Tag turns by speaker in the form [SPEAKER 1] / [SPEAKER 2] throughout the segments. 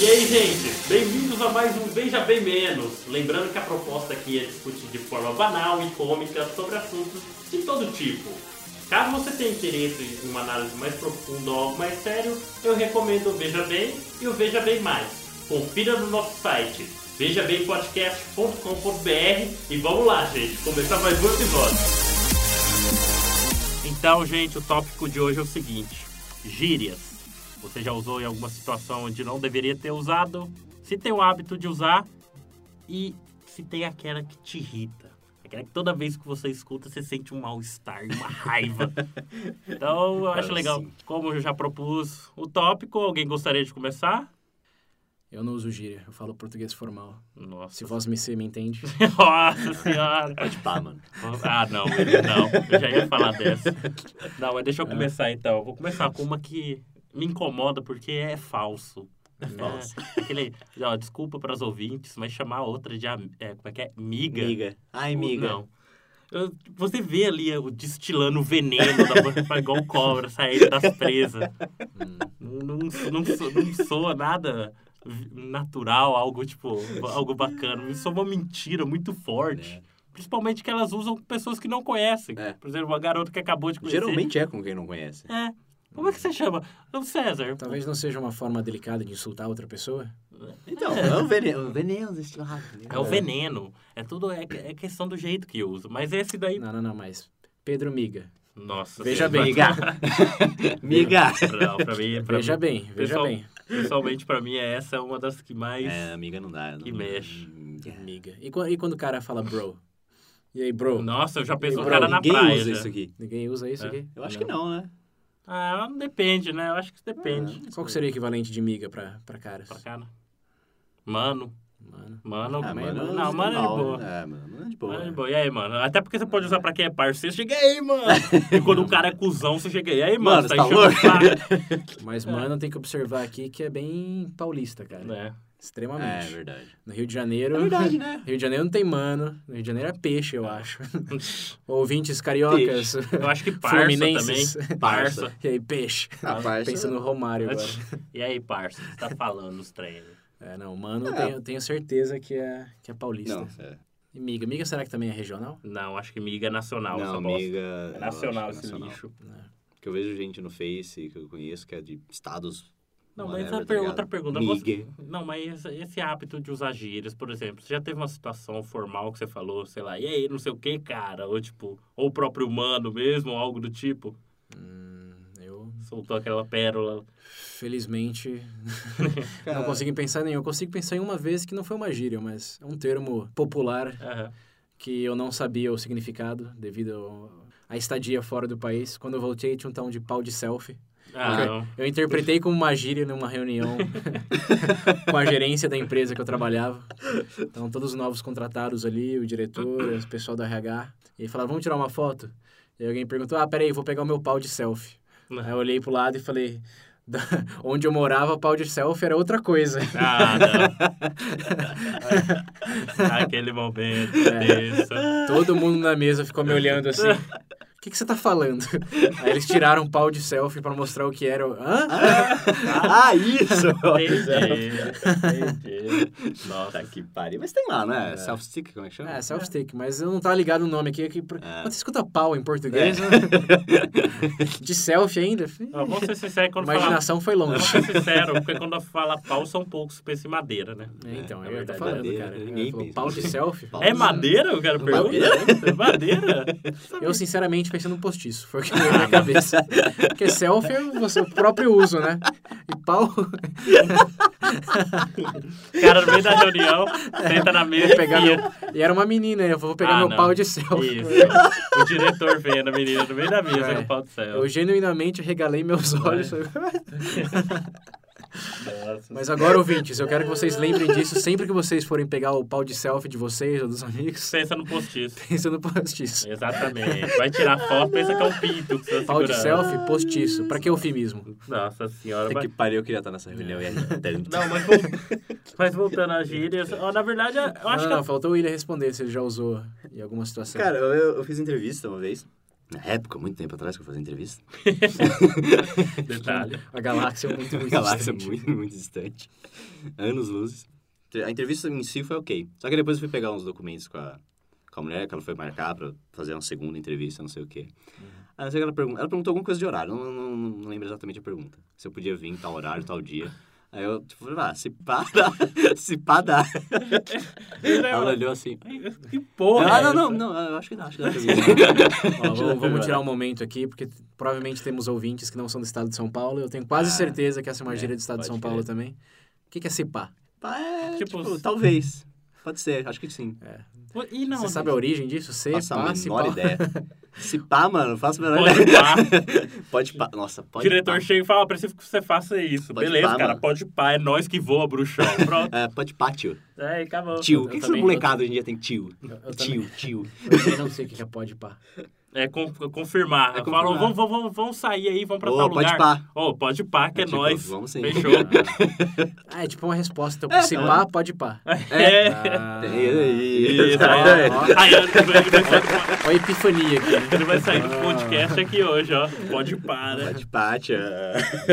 [SPEAKER 1] E aí, gente, bem-vindos a mais um Veja Bem Menos. Lembrando que a proposta aqui é discutir de forma banal e cômica sobre assuntos de todo tipo. Caso você tenha interesse em uma análise mais profunda ou algo mais sério, eu recomendo o Veja Bem e o Veja Bem Mais. Confira no nosso site vejabempodcast.com.br e vamos lá, gente, começar mais um episódio. Então, gente, o tópico de hoje é o seguinte: gírias. Você já usou em alguma situação onde não deveria ter usado? Se tem o hábito de usar e se tem aquela que te irrita. Aquela que toda vez que você escuta, você sente um mal-estar, uma raiva. Então, eu acho
[SPEAKER 2] Cara,
[SPEAKER 1] legal.
[SPEAKER 2] sim.
[SPEAKER 1] Como eu já propus o tópico, alguém gostaria de começar?
[SPEAKER 2] Eu não uso gíria, eu falo português formal.
[SPEAKER 1] Nossa,
[SPEAKER 2] Se voz me se me entende.
[SPEAKER 1] Nossa senhora!
[SPEAKER 3] Pá, mano.
[SPEAKER 1] Ah, não, ele não. Eu já ia falar dessa. Não, mas deixa eu começar então. Vou começar com uma que me incomoda porque é falso.
[SPEAKER 3] Falso.
[SPEAKER 1] É, aquele, ó, desculpa para os ouvintes, mas chamar a outra de am- é, como é que é? Miga.
[SPEAKER 3] Miga. Ai, miga.
[SPEAKER 1] Não. Eu- você vê ali o destilando o veneno da boca, igual cobra saindo das presas. Não, não, não, so- não soa nada vi- natural, algo tipo, algo bacana. Isso é uma mentira muito forte. Principalmente que elas usam com pessoas que não conhecem.
[SPEAKER 3] É.
[SPEAKER 1] Por exemplo, uma garota que acabou de conhecer.
[SPEAKER 3] Geralmente é com quem não conhece.
[SPEAKER 1] É. Como é que você chama? Não, César.
[SPEAKER 2] Talvez não seja uma forma delicada de insultar outra pessoa.
[SPEAKER 3] Então, é o veneno. O veneno destilado.
[SPEAKER 1] É o veneno. É tudo. É, é questão do jeito que eu uso. Mas esse daí.
[SPEAKER 2] Não, não, não, mas. Pedro Miga.
[SPEAKER 1] Nossa.
[SPEAKER 2] Veja
[SPEAKER 1] César.
[SPEAKER 2] bem.
[SPEAKER 3] Miga. miga.
[SPEAKER 1] Não, pra mim. Pra
[SPEAKER 2] Veja
[SPEAKER 1] mim,
[SPEAKER 2] bem, veja
[SPEAKER 1] pessoal,
[SPEAKER 2] bem.
[SPEAKER 1] Pessoalmente, pra mim, é essa é uma das que mais.
[SPEAKER 3] É, amiga não dá. É. Não...
[SPEAKER 1] Que mexe.
[SPEAKER 3] Yeah.
[SPEAKER 2] Miga. E, quan- e quando o cara fala bro? E aí, bro?
[SPEAKER 1] Nossa, eu já penso
[SPEAKER 2] E,
[SPEAKER 1] o
[SPEAKER 2] bro,
[SPEAKER 1] cara na
[SPEAKER 3] Ninguém
[SPEAKER 1] praia. né?
[SPEAKER 3] usa
[SPEAKER 1] já.
[SPEAKER 3] isso aqui.
[SPEAKER 2] Ninguém usa isso
[SPEAKER 1] É.
[SPEAKER 2] aqui?
[SPEAKER 3] Eu acho que não, né? É.
[SPEAKER 1] Ah, depende, né? Eu acho que depende.
[SPEAKER 2] Qual que seria o equivalente de miga pra, pra caras?
[SPEAKER 1] Pra cara. Mano.
[SPEAKER 2] Mano.
[SPEAKER 1] Mano,
[SPEAKER 2] Ah,
[SPEAKER 1] mano.
[SPEAKER 2] mano,
[SPEAKER 1] Não, mano é de
[SPEAKER 3] normal,
[SPEAKER 1] boa.
[SPEAKER 3] né? É, mano, mano é de boa.
[SPEAKER 1] Mano, boa. E aí, mano? Até porque você pode usar pra quem é parceiro, chega "E aí, mano. E quando o cara é cuzão, você chega e aí, mano,
[SPEAKER 3] Mano,
[SPEAKER 1] você tá
[SPEAKER 3] tá
[SPEAKER 1] enchendo o saco.
[SPEAKER 2] Mas, mano, tem que observar aqui que é bem paulista, cara.
[SPEAKER 1] Né?
[SPEAKER 3] É, é
[SPEAKER 2] Extremamente.
[SPEAKER 3] verdade.
[SPEAKER 2] no Rio de Janeiro.
[SPEAKER 3] É verdade, né?
[SPEAKER 2] Rio de Janeiro não tem mano. No Rio de Janeiro é peixe, eu acho. Ouvintes cariocas,
[SPEAKER 1] Eu acho que parça
[SPEAKER 2] fluminenses.
[SPEAKER 1] também.
[SPEAKER 3] Parça.
[SPEAKER 2] E aí, peixe.
[SPEAKER 3] A parte...
[SPEAKER 2] Pensa no Romário agora.
[SPEAKER 1] E aí, parça, você tá falando os treinos.
[SPEAKER 2] É, não, mano, eu
[SPEAKER 3] É.
[SPEAKER 2] tenho, tenho certeza que é, que é paulista.
[SPEAKER 3] Não, é.
[SPEAKER 2] E miga. Miga será que também é regional?
[SPEAKER 1] Não, acho que miga é nacional essa
[SPEAKER 3] não
[SPEAKER 1] bosta.
[SPEAKER 3] amiga...
[SPEAKER 1] É
[SPEAKER 3] eu
[SPEAKER 1] nacional
[SPEAKER 3] acho que
[SPEAKER 1] esse
[SPEAKER 3] é nacional.
[SPEAKER 1] lixo.
[SPEAKER 3] Que eu vejo gente no Face que eu conheço que é de estados.
[SPEAKER 1] Não, mas essa
[SPEAKER 3] whatever, tá
[SPEAKER 1] per-
[SPEAKER 3] ligado?
[SPEAKER 1] outra pergunta. Você-
[SPEAKER 3] Miga.
[SPEAKER 1] Não, mas esse- esse hábito de usar gírias, por exemplo, você já teve uma situação formal que você falou, sei lá, e aí, não sei o que, cara? Ou tipo, ou o próprio humano mesmo, ou algo do tipo,
[SPEAKER 2] Hum, eu,
[SPEAKER 1] soltou aquela pérola.
[SPEAKER 2] felizmente, não consigo pensar em nenhum. Eu consigo pensar em uma vez que não foi uma gíria, mas é um termo popular
[SPEAKER 1] Aham.
[SPEAKER 2] que eu não sabia o significado devido ao- à estadia fora do país. Quando eu voltei, tinha um tal de pau de selfie.
[SPEAKER 1] Ah,
[SPEAKER 2] Ok.
[SPEAKER 1] não.
[SPEAKER 2] Eu interpretei como uma gíria numa reunião com a gerência da empresa que eu trabalhava. Então, todos os novos contratados ali, o diretor, o pessoal do RH. E aí falaram, vamos tirar uma foto? E aí alguém perguntou, ah, peraí, vou pegar o meu pau de selfie. Aí eu olhei pro lado e falei, "Da- onde eu morava, pau de selfie era outra coisa.
[SPEAKER 1] Ah, não. Aquele momento tenso.
[SPEAKER 2] Todo mundo na mesa ficou me olhando assim. O que, que você tá falando? Aí eles tiraram um pau de selfie pra mostrar o que era. Eu, Hã?
[SPEAKER 3] Ah, isso!
[SPEAKER 1] Entendi, entendi. Nossa.
[SPEAKER 3] Nossa, que pariu. Mas tem lá, né? Self-stick, como é que chama?
[SPEAKER 2] É, self-stick, mas eu não tava ligado no nome aqui. é Que... Quando você escuta pau em português, né? de selfie ainda, fi,
[SPEAKER 1] Não, vamos ser sinceros quando falar.
[SPEAKER 2] imaginação foi
[SPEAKER 1] Vamos
[SPEAKER 2] longe.
[SPEAKER 1] ser sinceros, porque quando fala pau, são poucos pensa em madeira, né?
[SPEAKER 2] É, então,
[SPEAKER 1] É
[SPEAKER 2] eu tô
[SPEAKER 1] verdade,
[SPEAKER 2] falando,
[SPEAKER 3] madeira,
[SPEAKER 2] cara.
[SPEAKER 3] ninguém
[SPEAKER 2] Eu falo,
[SPEAKER 3] pensa.
[SPEAKER 2] pau de selfie?
[SPEAKER 3] Pau.
[SPEAKER 1] É madeira? O cara pergunta. É madeira?
[SPEAKER 2] Eu, sinceramente, pensei num postiço. Foi o que veio na minha cabeça. Porque selfie é o seu próprio uso, né? E pau,
[SPEAKER 1] O cara no meio da reunião, senta na mesa
[SPEAKER 2] vou
[SPEAKER 1] e
[SPEAKER 2] pegar
[SPEAKER 1] enfia.
[SPEAKER 2] meu... E era uma menina, eu vou pegar
[SPEAKER 1] Ah,
[SPEAKER 2] meu
[SPEAKER 1] não.
[SPEAKER 2] pau de selfie.
[SPEAKER 1] Isso. O diretor vendo a menina no meio da mesa
[SPEAKER 2] É.
[SPEAKER 1] com o pau do céu.
[SPEAKER 2] Eu genuinamente regalei meus olhos.
[SPEAKER 1] Nossa.
[SPEAKER 2] Mas agora, ouvintes, eu quero que vocês lembrem disso sempre que vocês forem pegar o pau de selfie de vocês ou dos amigos.
[SPEAKER 1] Pensa no postiço.
[SPEAKER 2] Pensa no postiço.
[SPEAKER 1] Exatamente. Vai tirar foto, pensa que é um pinto que você tá
[SPEAKER 2] Pau de
[SPEAKER 1] segurando.
[SPEAKER 2] selfie, postiço. Pra que eufemismo?
[SPEAKER 1] Nossa senhora.
[SPEAKER 3] Até
[SPEAKER 1] Vai...
[SPEAKER 3] que pariu, eu queria estar nessa reunião e aí tanto.
[SPEAKER 1] Não, mas, vol- mas voltando às gírias, ó, na verdade, eu
[SPEAKER 2] não,
[SPEAKER 1] acho
[SPEAKER 2] não,
[SPEAKER 1] que
[SPEAKER 2] não, Ah, faltou o William responder se ele já usou em alguma situação.
[SPEAKER 3] Cara, eu, eu fiz entrevista uma vez. Na época, muito tempo atrás que eu fazia entrevista.
[SPEAKER 1] detalhe.
[SPEAKER 2] a galáxia é muito, muito
[SPEAKER 3] galáxia
[SPEAKER 2] distante.
[SPEAKER 3] muito, muito distante. Anos luzes. A entrevista em si foi ok. Só que depois eu fui pegar uns documentos com a, com a mulher, que ela foi marcar pra fazer uma segunda entrevista, não sei o quê.
[SPEAKER 2] Uhum.
[SPEAKER 3] Aí não sei o que ela perguntou. Ela perguntou alguma coisa de horário, não, não, não lembro exatamente a pergunta. Se eu podia vir tal horário, tal dia. Aí eu, tipo, falei, ah, se pá, dá. se pá, dá. Ela olhou assim.
[SPEAKER 1] né, Que porra!
[SPEAKER 3] ah,
[SPEAKER 1] é
[SPEAKER 3] não, não,
[SPEAKER 1] essa?
[SPEAKER 3] não, eu acho que dá, acho que dá pra vir.
[SPEAKER 2] Ó,
[SPEAKER 3] é
[SPEAKER 2] vamos, vamos tirar um momento aqui, porque provavelmente temos ouvintes que não são do estado de São Paulo. Eu tenho quase
[SPEAKER 3] Ah,
[SPEAKER 2] certeza que essa é uma gíria do estado de
[SPEAKER 3] pode
[SPEAKER 2] São Paulo também. O que, que é cipá?
[SPEAKER 3] Pá, é,
[SPEAKER 1] Tipo,
[SPEAKER 3] tipo,
[SPEAKER 1] os-
[SPEAKER 3] talvez. Pode ser, acho que sim.
[SPEAKER 1] E não,
[SPEAKER 2] Você sabe a origem disso? C,
[SPEAKER 3] Faço
[SPEAKER 2] pá,
[SPEAKER 3] a menor
[SPEAKER 2] cipá.
[SPEAKER 3] ideia. Se pá, mano, não faço a menor
[SPEAKER 1] Pode
[SPEAKER 2] né?
[SPEAKER 3] ideia.
[SPEAKER 1] pá.
[SPEAKER 3] Pode pá. Nossa,
[SPEAKER 1] O
[SPEAKER 3] pode
[SPEAKER 1] diretor
[SPEAKER 3] pá.
[SPEAKER 1] chega e fala, "Ah, preciso que você faça isso.
[SPEAKER 3] Pode
[SPEAKER 1] Beleza,
[SPEAKER 3] pá,
[SPEAKER 1] cara,
[SPEAKER 3] mano.
[SPEAKER 1] pode pá, é nós que voa, bruxão. Pronto.
[SPEAKER 3] É, pode pá, tio.
[SPEAKER 1] É, acabou.
[SPEAKER 3] Tio,
[SPEAKER 2] eu
[SPEAKER 3] o que, que essa
[SPEAKER 2] também-
[SPEAKER 3] molecada hoje em dia tem tio?
[SPEAKER 2] Eu também,
[SPEAKER 3] Tio, tio.
[SPEAKER 2] eu também não sei o que que é pode pá.
[SPEAKER 1] É con- confirmar. Falou,
[SPEAKER 3] É confirmar.
[SPEAKER 1] vamos, vamos, vamos, vamos sair aí, vamos pra
[SPEAKER 3] Ô,
[SPEAKER 1] tal
[SPEAKER 3] pode
[SPEAKER 1] lugar.
[SPEAKER 3] pá.
[SPEAKER 1] Ô, pode pá, que é,
[SPEAKER 3] É, tipo,
[SPEAKER 1] nós.
[SPEAKER 3] vamos sim.
[SPEAKER 1] Fechou.
[SPEAKER 2] Ah, é tipo uma resposta. Então, cipá, pode pá.
[SPEAKER 1] É.
[SPEAKER 2] Ah,
[SPEAKER 3] Isso,
[SPEAKER 1] Isso, tá aí, ó. Aí, Anderson, ele vai sair do-
[SPEAKER 2] Olha a epifania aqui. né?
[SPEAKER 1] ele vai sair do podcast aqui hoio, ó. Pode pá, né?
[SPEAKER 3] Pode pá, tio.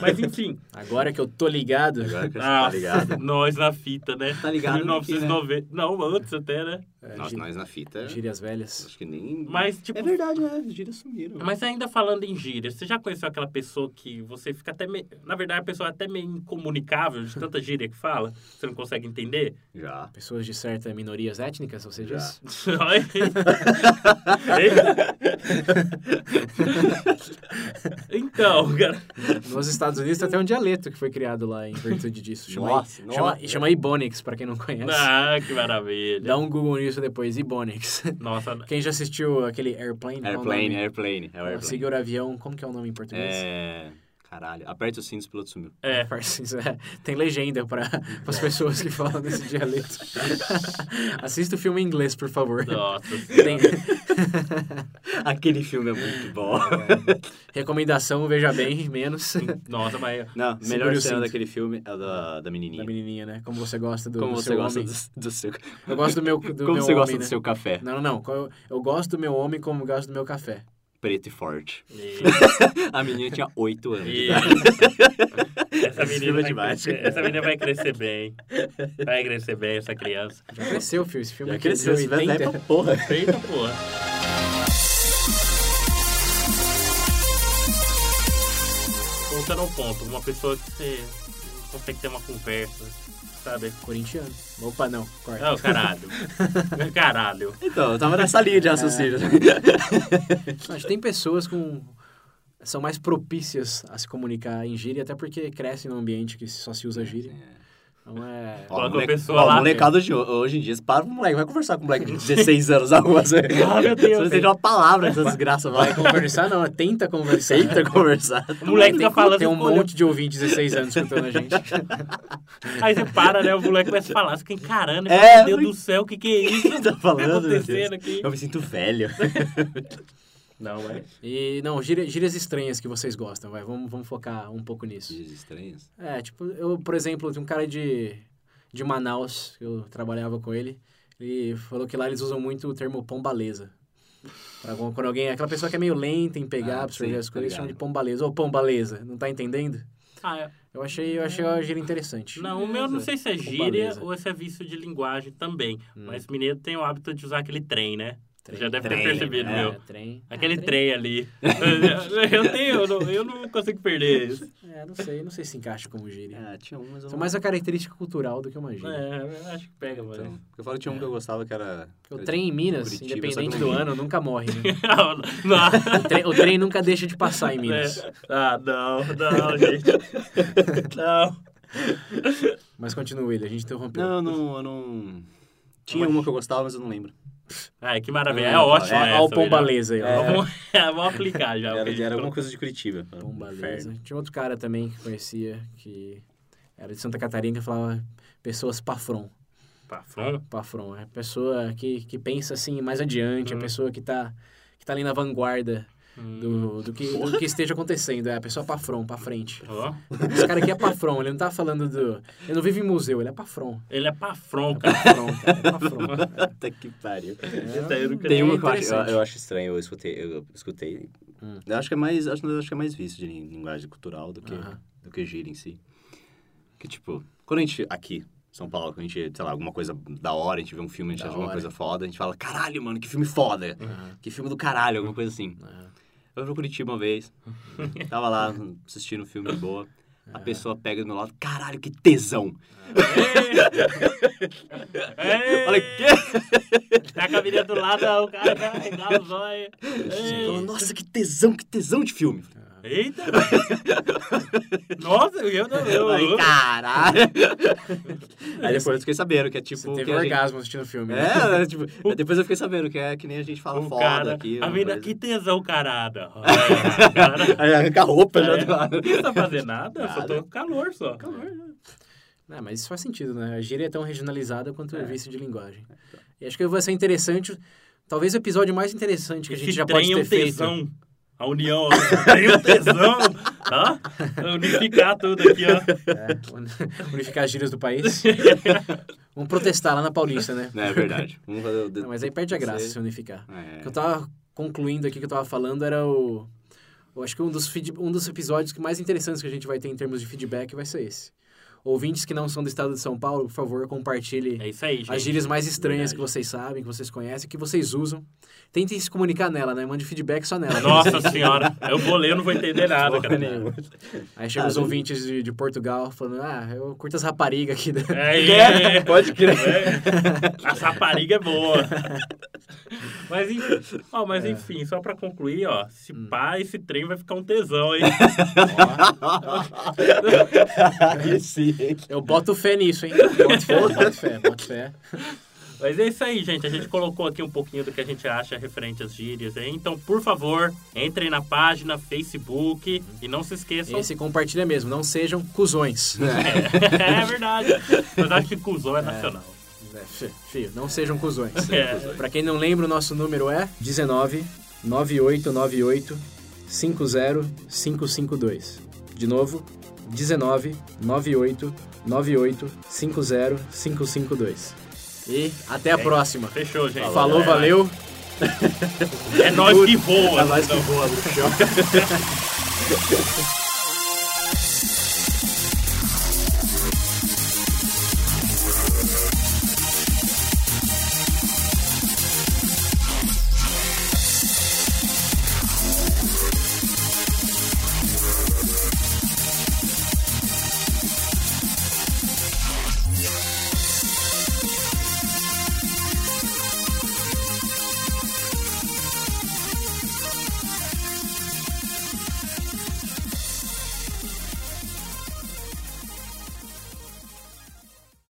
[SPEAKER 1] Mas enfim,
[SPEAKER 2] Agora que eu tô ligado.
[SPEAKER 3] Agora que você tá
[SPEAKER 1] ah,
[SPEAKER 3] ligado.
[SPEAKER 1] nós na fita, né?
[SPEAKER 3] Tá ligado aqui, né?
[SPEAKER 1] 1990. Não, antes até, né?
[SPEAKER 2] É,
[SPEAKER 3] Nossa,
[SPEAKER 2] gí-
[SPEAKER 3] nós na fita.
[SPEAKER 2] Gírias velhas.
[SPEAKER 3] Acho que nem.
[SPEAKER 1] Mas, tipo,
[SPEAKER 3] É verdade, né? Os gírias sumiram.
[SPEAKER 1] Mas ainda falando em gírias, você já conheceu aquela pessoa que você fica até meio... Na verdade, a pessoa é até meio incomunicável de tanta gíria que fala, você não consegue entender?
[SPEAKER 3] Já.
[SPEAKER 2] Pessoas de certas minorias étnicas, você
[SPEAKER 3] Já.
[SPEAKER 2] diz?
[SPEAKER 1] então, cara...
[SPEAKER 2] Nos Estados Unidos tem até um dialeto que foi criado lá em virtude disso. Chama,
[SPEAKER 3] Nossa,
[SPEAKER 2] chama,
[SPEAKER 3] nossa.
[SPEAKER 2] chama Ibonics, pra quem não conhece.
[SPEAKER 1] Ah, que maravilha.
[SPEAKER 2] Dá um Google nisso depois, Ibonics.
[SPEAKER 1] Nossa,
[SPEAKER 2] Quem já assistiu aquele Airplane? Qual é o
[SPEAKER 3] Airplane,
[SPEAKER 2] nome?
[SPEAKER 3] airplane. É o airplane.
[SPEAKER 2] Segura avião, como que é o nome em português?
[SPEAKER 3] É. Caralho. Aperta o cinto, o piloto sumiu.
[SPEAKER 1] é.
[SPEAKER 2] Parsons, é. Tem legenda para as pessoas que falam desse dialeto. Assista o filme em inglês, por favor.
[SPEAKER 1] Nossa
[SPEAKER 2] Tem-
[SPEAKER 3] Aquele filme é muito bom.
[SPEAKER 2] é. Recomendação, veja bem, menos.
[SPEAKER 1] Senhora. Nossa, mas...
[SPEAKER 3] Não,
[SPEAKER 2] Segura
[SPEAKER 3] melhor
[SPEAKER 2] o
[SPEAKER 3] cena
[SPEAKER 2] cinto.
[SPEAKER 3] daquele filme é o da, da menininha.
[SPEAKER 2] Da menininha, né? Como você gosta do,
[SPEAKER 3] Como
[SPEAKER 2] do
[SPEAKER 3] você
[SPEAKER 2] seu
[SPEAKER 3] gosta
[SPEAKER 2] homem.
[SPEAKER 3] do, do seu...
[SPEAKER 2] Eu gosto do meu do
[SPEAKER 3] Como
[SPEAKER 2] meu
[SPEAKER 3] você
[SPEAKER 2] homem,
[SPEAKER 3] gosta
[SPEAKER 2] né?
[SPEAKER 3] do seu café?
[SPEAKER 2] Não, não, não. Eu, eu gosto do meu homem como eu gosto do meu café.
[SPEAKER 3] Preto e forte.
[SPEAKER 1] Isso,
[SPEAKER 3] A menina tinha 8 anos. de idade.
[SPEAKER 1] isso. Essa menina,
[SPEAKER 3] Cima
[SPEAKER 1] vai
[SPEAKER 3] de baixo.
[SPEAKER 1] crescer, essa menina vai crescer bem. Vai crescer bem, essa criança.
[SPEAKER 2] Já cresceu, filho. Esse filme
[SPEAKER 3] Já
[SPEAKER 2] aqui é
[SPEAKER 3] cresceu,
[SPEAKER 2] de
[SPEAKER 3] esse velho
[SPEAKER 2] 80.
[SPEAKER 3] é pra porra.
[SPEAKER 1] Eita, porra. Voltando ao ponto, uma pessoa que você não consegue ter uma conversa, sabe?
[SPEAKER 2] Corintiano. Opa, não. Corta.
[SPEAKER 1] Ah, o caralho. caralho.
[SPEAKER 3] Então, eu tava nessa linha de raciocínio.
[SPEAKER 2] Mas tem pessoas com... São mais propícias a se comunicar em gíria, até porque crescem num ambiente que só se usa gíria. Então é...
[SPEAKER 1] Coloca
[SPEAKER 3] Ó,
[SPEAKER 1] uma
[SPEAKER 3] o moleque,
[SPEAKER 1] pessoa
[SPEAKER 3] ó, o
[SPEAKER 1] lá.
[SPEAKER 3] molecado de ho- hoje em dia, você para pro moleque, vai conversar com um moleque de 16 anos na rua. Você,
[SPEAKER 1] Ah, meu Deus,
[SPEAKER 3] você não entende
[SPEAKER 1] velho.
[SPEAKER 3] uma palavra dessa desgraça, vai.
[SPEAKER 2] Conversar não, é tenta conversar.
[SPEAKER 3] Tenta conversar.
[SPEAKER 1] O moleque
[SPEAKER 2] tem,
[SPEAKER 1] tá falando
[SPEAKER 2] tem um
[SPEAKER 1] com o olho-
[SPEAKER 2] monte de ouvinte de 16 anos escutando a gente.
[SPEAKER 1] Aí você para, né? O moleque começa a falar, você fica encarando. É,
[SPEAKER 3] É,
[SPEAKER 1] meu Deus
[SPEAKER 3] mas-
[SPEAKER 1] do céu, o que, que é isso?
[SPEAKER 3] Tá
[SPEAKER 1] Tá
[SPEAKER 3] falando, meu
[SPEAKER 1] acontecendo
[SPEAKER 3] Deus.
[SPEAKER 1] aqui.
[SPEAKER 3] Eu me sinto velho.
[SPEAKER 1] Não, é. mas.
[SPEAKER 2] E, não, gíria- gírias estranhas que vocês gostam, vai. Vamos, vamos focar um pouco nisso.
[SPEAKER 3] Dias estranhos.
[SPEAKER 2] É, tipo, eu, por exemplo, tem um cara de, de Manaus, que eu trabalhava com ele, ele falou que lá eles usam muito o termo pombaleza. Pra algum- quando alguém, aquela pessoa que é meio lenta em pegar,
[SPEAKER 3] Ah,
[SPEAKER 2] absorver
[SPEAKER 3] sim,
[SPEAKER 2] as
[SPEAKER 3] tá
[SPEAKER 2] coisas,
[SPEAKER 3] ligado.
[SPEAKER 2] chama de pombaleza. Ô, pombaleza, não tá entendendo?
[SPEAKER 1] Ah, é.
[SPEAKER 2] Eu achei, eu achei a gíria interessante.
[SPEAKER 1] Não, o meu eu não sei se é
[SPEAKER 2] Beleza.
[SPEAKER 1] gíria
[SPEAKER 2] Obaleza.
[SPEAKER 1] ou se é vício de linguagem também.
[SPEAKER 2] Hum.
[SPEAKER 1] Mas mineiro tem o hábito de usar aquele trem, né?
[SPEAKER 2] Trem.
[SPEAKER 1] Já deve ter
[SPEAKER 3] Trem,
[SPEAKER 1] percebido,
[SPEAKER 3] né?
[SPEAKER 1] meu.
[SPEAKER 2] É, trem.
[SPEAKER 1] Aquele
[SPEAKER 2] Ah,
[SPEAKER 1] trem ali. Eu tenho, eu não, eu não consigo perder isso.
[SPEAKER 2] É, não sei, não sei se encaixa como gíria.
[SPEAKER 3] Ah, tinha um, mas eu
[SPEAKER 2] Isso é
[SPEAKER 3] não-
[SPEAKER 2] mais uma característica cultural do que uma gíria.
[SPEAKER 1] É, eu acho que pega, mano.
[SPEAKER 3] Então, porque eu falo que tinha um que eu gostava que era...
[SPEAKER 2] Porque O trem em Minas,
[SPEAKER 3] Curitiba,
[SPEAKER 2] independente
[SPEAKER 3] sabe
[SPEAKER 2] do
[SPEAKER 3] como é?
[SPEAKER 2] ano, nunca morre, né?
[SPEAKER 1] Não, não.
[SPEAKER 2] O trem, o trem nunca deixa de passar em Minas.
[SPEAKER 1] É. Ah, não, não, gente. Não.
[SPEAKER 2] Mas continua ele, a gente interrompeu.
[SPEAKER 3] Não, eu não, eu não... Tinha uma que eu gostava, mas eu não lembro.
[SPEAKER 1] Ai, que maravilha.
[SPEAKER 2] É,
[SPEAKER 1] É ótimo
[SPEAKER 2] Olha
[SPEAKER 1] essa,
[SPEAKER 2] o pombaleza aí, ó.
[SPEAKER 1] William. Vamos, é, vamos aplicar já. o que a
[SPEAKER 3] É, Era,
[SPEAKER 1] gente
[SPEAKER 3] era alguma
[SPEAKER 1] colocou.
[SPEAKER 3] coisa de Curitiba. Era um
[SPEAKER 2] Pombaleza.
[SPEAKER 3] inferno.
[SPEAKER 2] Tinha outro cara também que conhecia que Era de Santa Catarina que falava pessoas pafron.
[SPEAKER 1] Pafron?
[SPEAKER 2] Pafron, é a pessoa que, que pensa assim mais adiante, a
[SPEAKER 3] Uhum.
[SPEAKER 1] Hum.
[SPEAKER 2] pessoa que tá, que tá ali na vanguarda do, do, que, do que esteja acontecendo. É a pessoa pafron, pra frente.
[SPEAKER 1] Ó.
[SPEAKER 2] Esse cara aqui é pafron, ele não tá falando do. Ele não vive em museu, ele é pafron.
[SPEAKER 1] Ele é pafron, cara.
[SPEAKER 2] Pafron, cara, é pafron.
[SPEAKER 3] Puta que pariu. É
[SPEAKER 1] Tá, eu nunca-
[SPEAKER 3] Tem uma que eu acho, eu,
[SPEAKER 2] interessante.
[SPEAKER 3] eu acho estranho, eu escutei. Eu escutei.
[SPEAKER 2] Hum.
[SPEAKER 3] Eu acho que é mais. Acho, eu acho que é mais vício de lin- linguagem cultural do que,
[SPEAKER 2] Aham.
[SPEAKER 3] do que gíria em si. Que tipo, quando a gente. Aqui, São Paulo, quando a gente, sei lá, alguma coisa da hora, Hum. a gente vê um filme, a
[SPEAKER 2] Da
[SPEAKER 3] gente acha alguma
[SPEAKER 2] hora.
[SPEAKER 3] coisa foda, a gente fala, caralho, mano, que filme foda!
[SPEAKER 2] Ah,
[SPEAKER 3] Que filme do caralho, alguma coisa assim. Eu fui pra Curitiba uma vez, tava lá assistindo um filme de boa. A pessoa pega do meu lado, caralho, que tesão!
[SPEAKER 1] Ei,
[SPEAKER 3] Olha, que?
[SPEAKER 1] tá a cabelinha do lado, o cara vai arregar o zóio.
[SPEAKER 3] Fala, Nossa, que tesão, que tesão de filme!
[SPEAKER 1] Eita! Nossa, eu não. Eu,
[SPEAKER 3] Ai, caralho! Aí depois eu fiquei sabendo que é tipo.
[SPEAKER 2] Você teve
[SPEAKER 3] que a gente-
[SPEAKER 2] orgasmo assistindo o filme. né?
[SPEAKER 3] É, tipo, aí depois eu fiquei sabendo que é que nem a gente fala
[SPEAKER 1] o
[SPEAKER 3] foda
[SPEAKER 1] Um cara, tá
[SPEAKER 3] aqui.
[SPEAKER 1] a
[SPEAKER 3] uma
[SPEAKER 1] vida,
[SPEAKER 3] coisa.
[SPEAKER 1] que tesão, carada. Olha, cara,
[SPEAKER 3] Aí arranca a roupa já
[SPEAKER 1] É.
[SPEAKER 3] do lado.
[SPEAKER 1] não precisa fazer nada, eu só tô
[SPEAKER 3] Nada.
[SPEAKER 1] com calor só. Calor,
[SPEAKER 2] É, mas isso faz sentido, né? A gíria é tão regionalizada quanto o vício de linguagem. E acho que vai ser interessante, talvez o episódio mais interessante que a gente já pode ter feito.
[SPEAKER 1] é um tesão. A união, tem um tesão, tá? Unificar tudo aqui, ó.
[SPEAKER 2] É, un- unificar as gírias do país. Vamos protestar lá na Paulista, né?
[SPEAKER 3] Não, é verdade. Vamos fazer o.
[SPEAKER 2] Não, mas aí perde a graça se unificar. O
[SPEAKER 3] É.
[SPEAKER 2] que eu tava concluindo aqui, o que eu tava falando era o... Eu acho que um dos, feed- um dos episódios que mais interessantes que a gente vai ter em termos de feedback vai ser esse. Ouvintes que não são do estado de São Paulo, por favor, compartilhe
[SPEAKER 1] É isso aí, gente.
[SPEAKER 2] As gírias mais estranhas
[SPEAKER 3] verdade.
[SPEAKER 2] que vocês sabem, que vocês conhecem, que vocês usam. Tentem se comunicar nela, né? Mande feedback só nela.
[SPEAKER 1] Nossa senhora, eu vou ler, eu não vou entender nada, cara.
[SPEAKER 2] Aí chegam os ouvintes de, de Portugal falando, ah, eu curto as raparigas aqui. né?" da-"
[SPEAKER 1] É, é,
[SPEAKER 3] Pode crer.
[SPEAKER 1] É. A sapariga é boa. Mas enfim, ó, mas enfim, só pra concluir, ó, se pá, esse trem vai ficar um tesão, hein?
[SPEAKER 3] Aí sim.
[SPEAKER 2] Eu boto fé nisso, hein? Boto fé, boto fé, boto fé.
[SPEAKER 1] Mas é isso aí, gente. A gente colocou aqui um pouquinho do que a gente acha referente às gírias, hein? Então, por favor, entrem na página, Facebook e não se esqueçam.
[SPEAKER 2] Esse compartilha mesmo, não sejam cuzões.
[SPEAKER 1] é verdade. Mas acho que cuzão é nacional.
[SPEAKER 2] É, fi- Fio, não sejam cuzões.
[SPEAKER 1] É.
[SPEAKER 2] Pra quem não lembra, o nosso número é 19 9898 50552. De novo, 19 98 98 50552. E até a próxima.
[SPEAKER 1] Fechou, gente.
[SPEAKER 2] Falou,
[SPEAKER 1] É,
[SPEAKER 2] valeu.
[SPEAKER 1] É nós que voa.
[SPEAKER 3] Tá mais que
[SPEAKER 1] então.
[SPEAKER 3] voa, bruxão.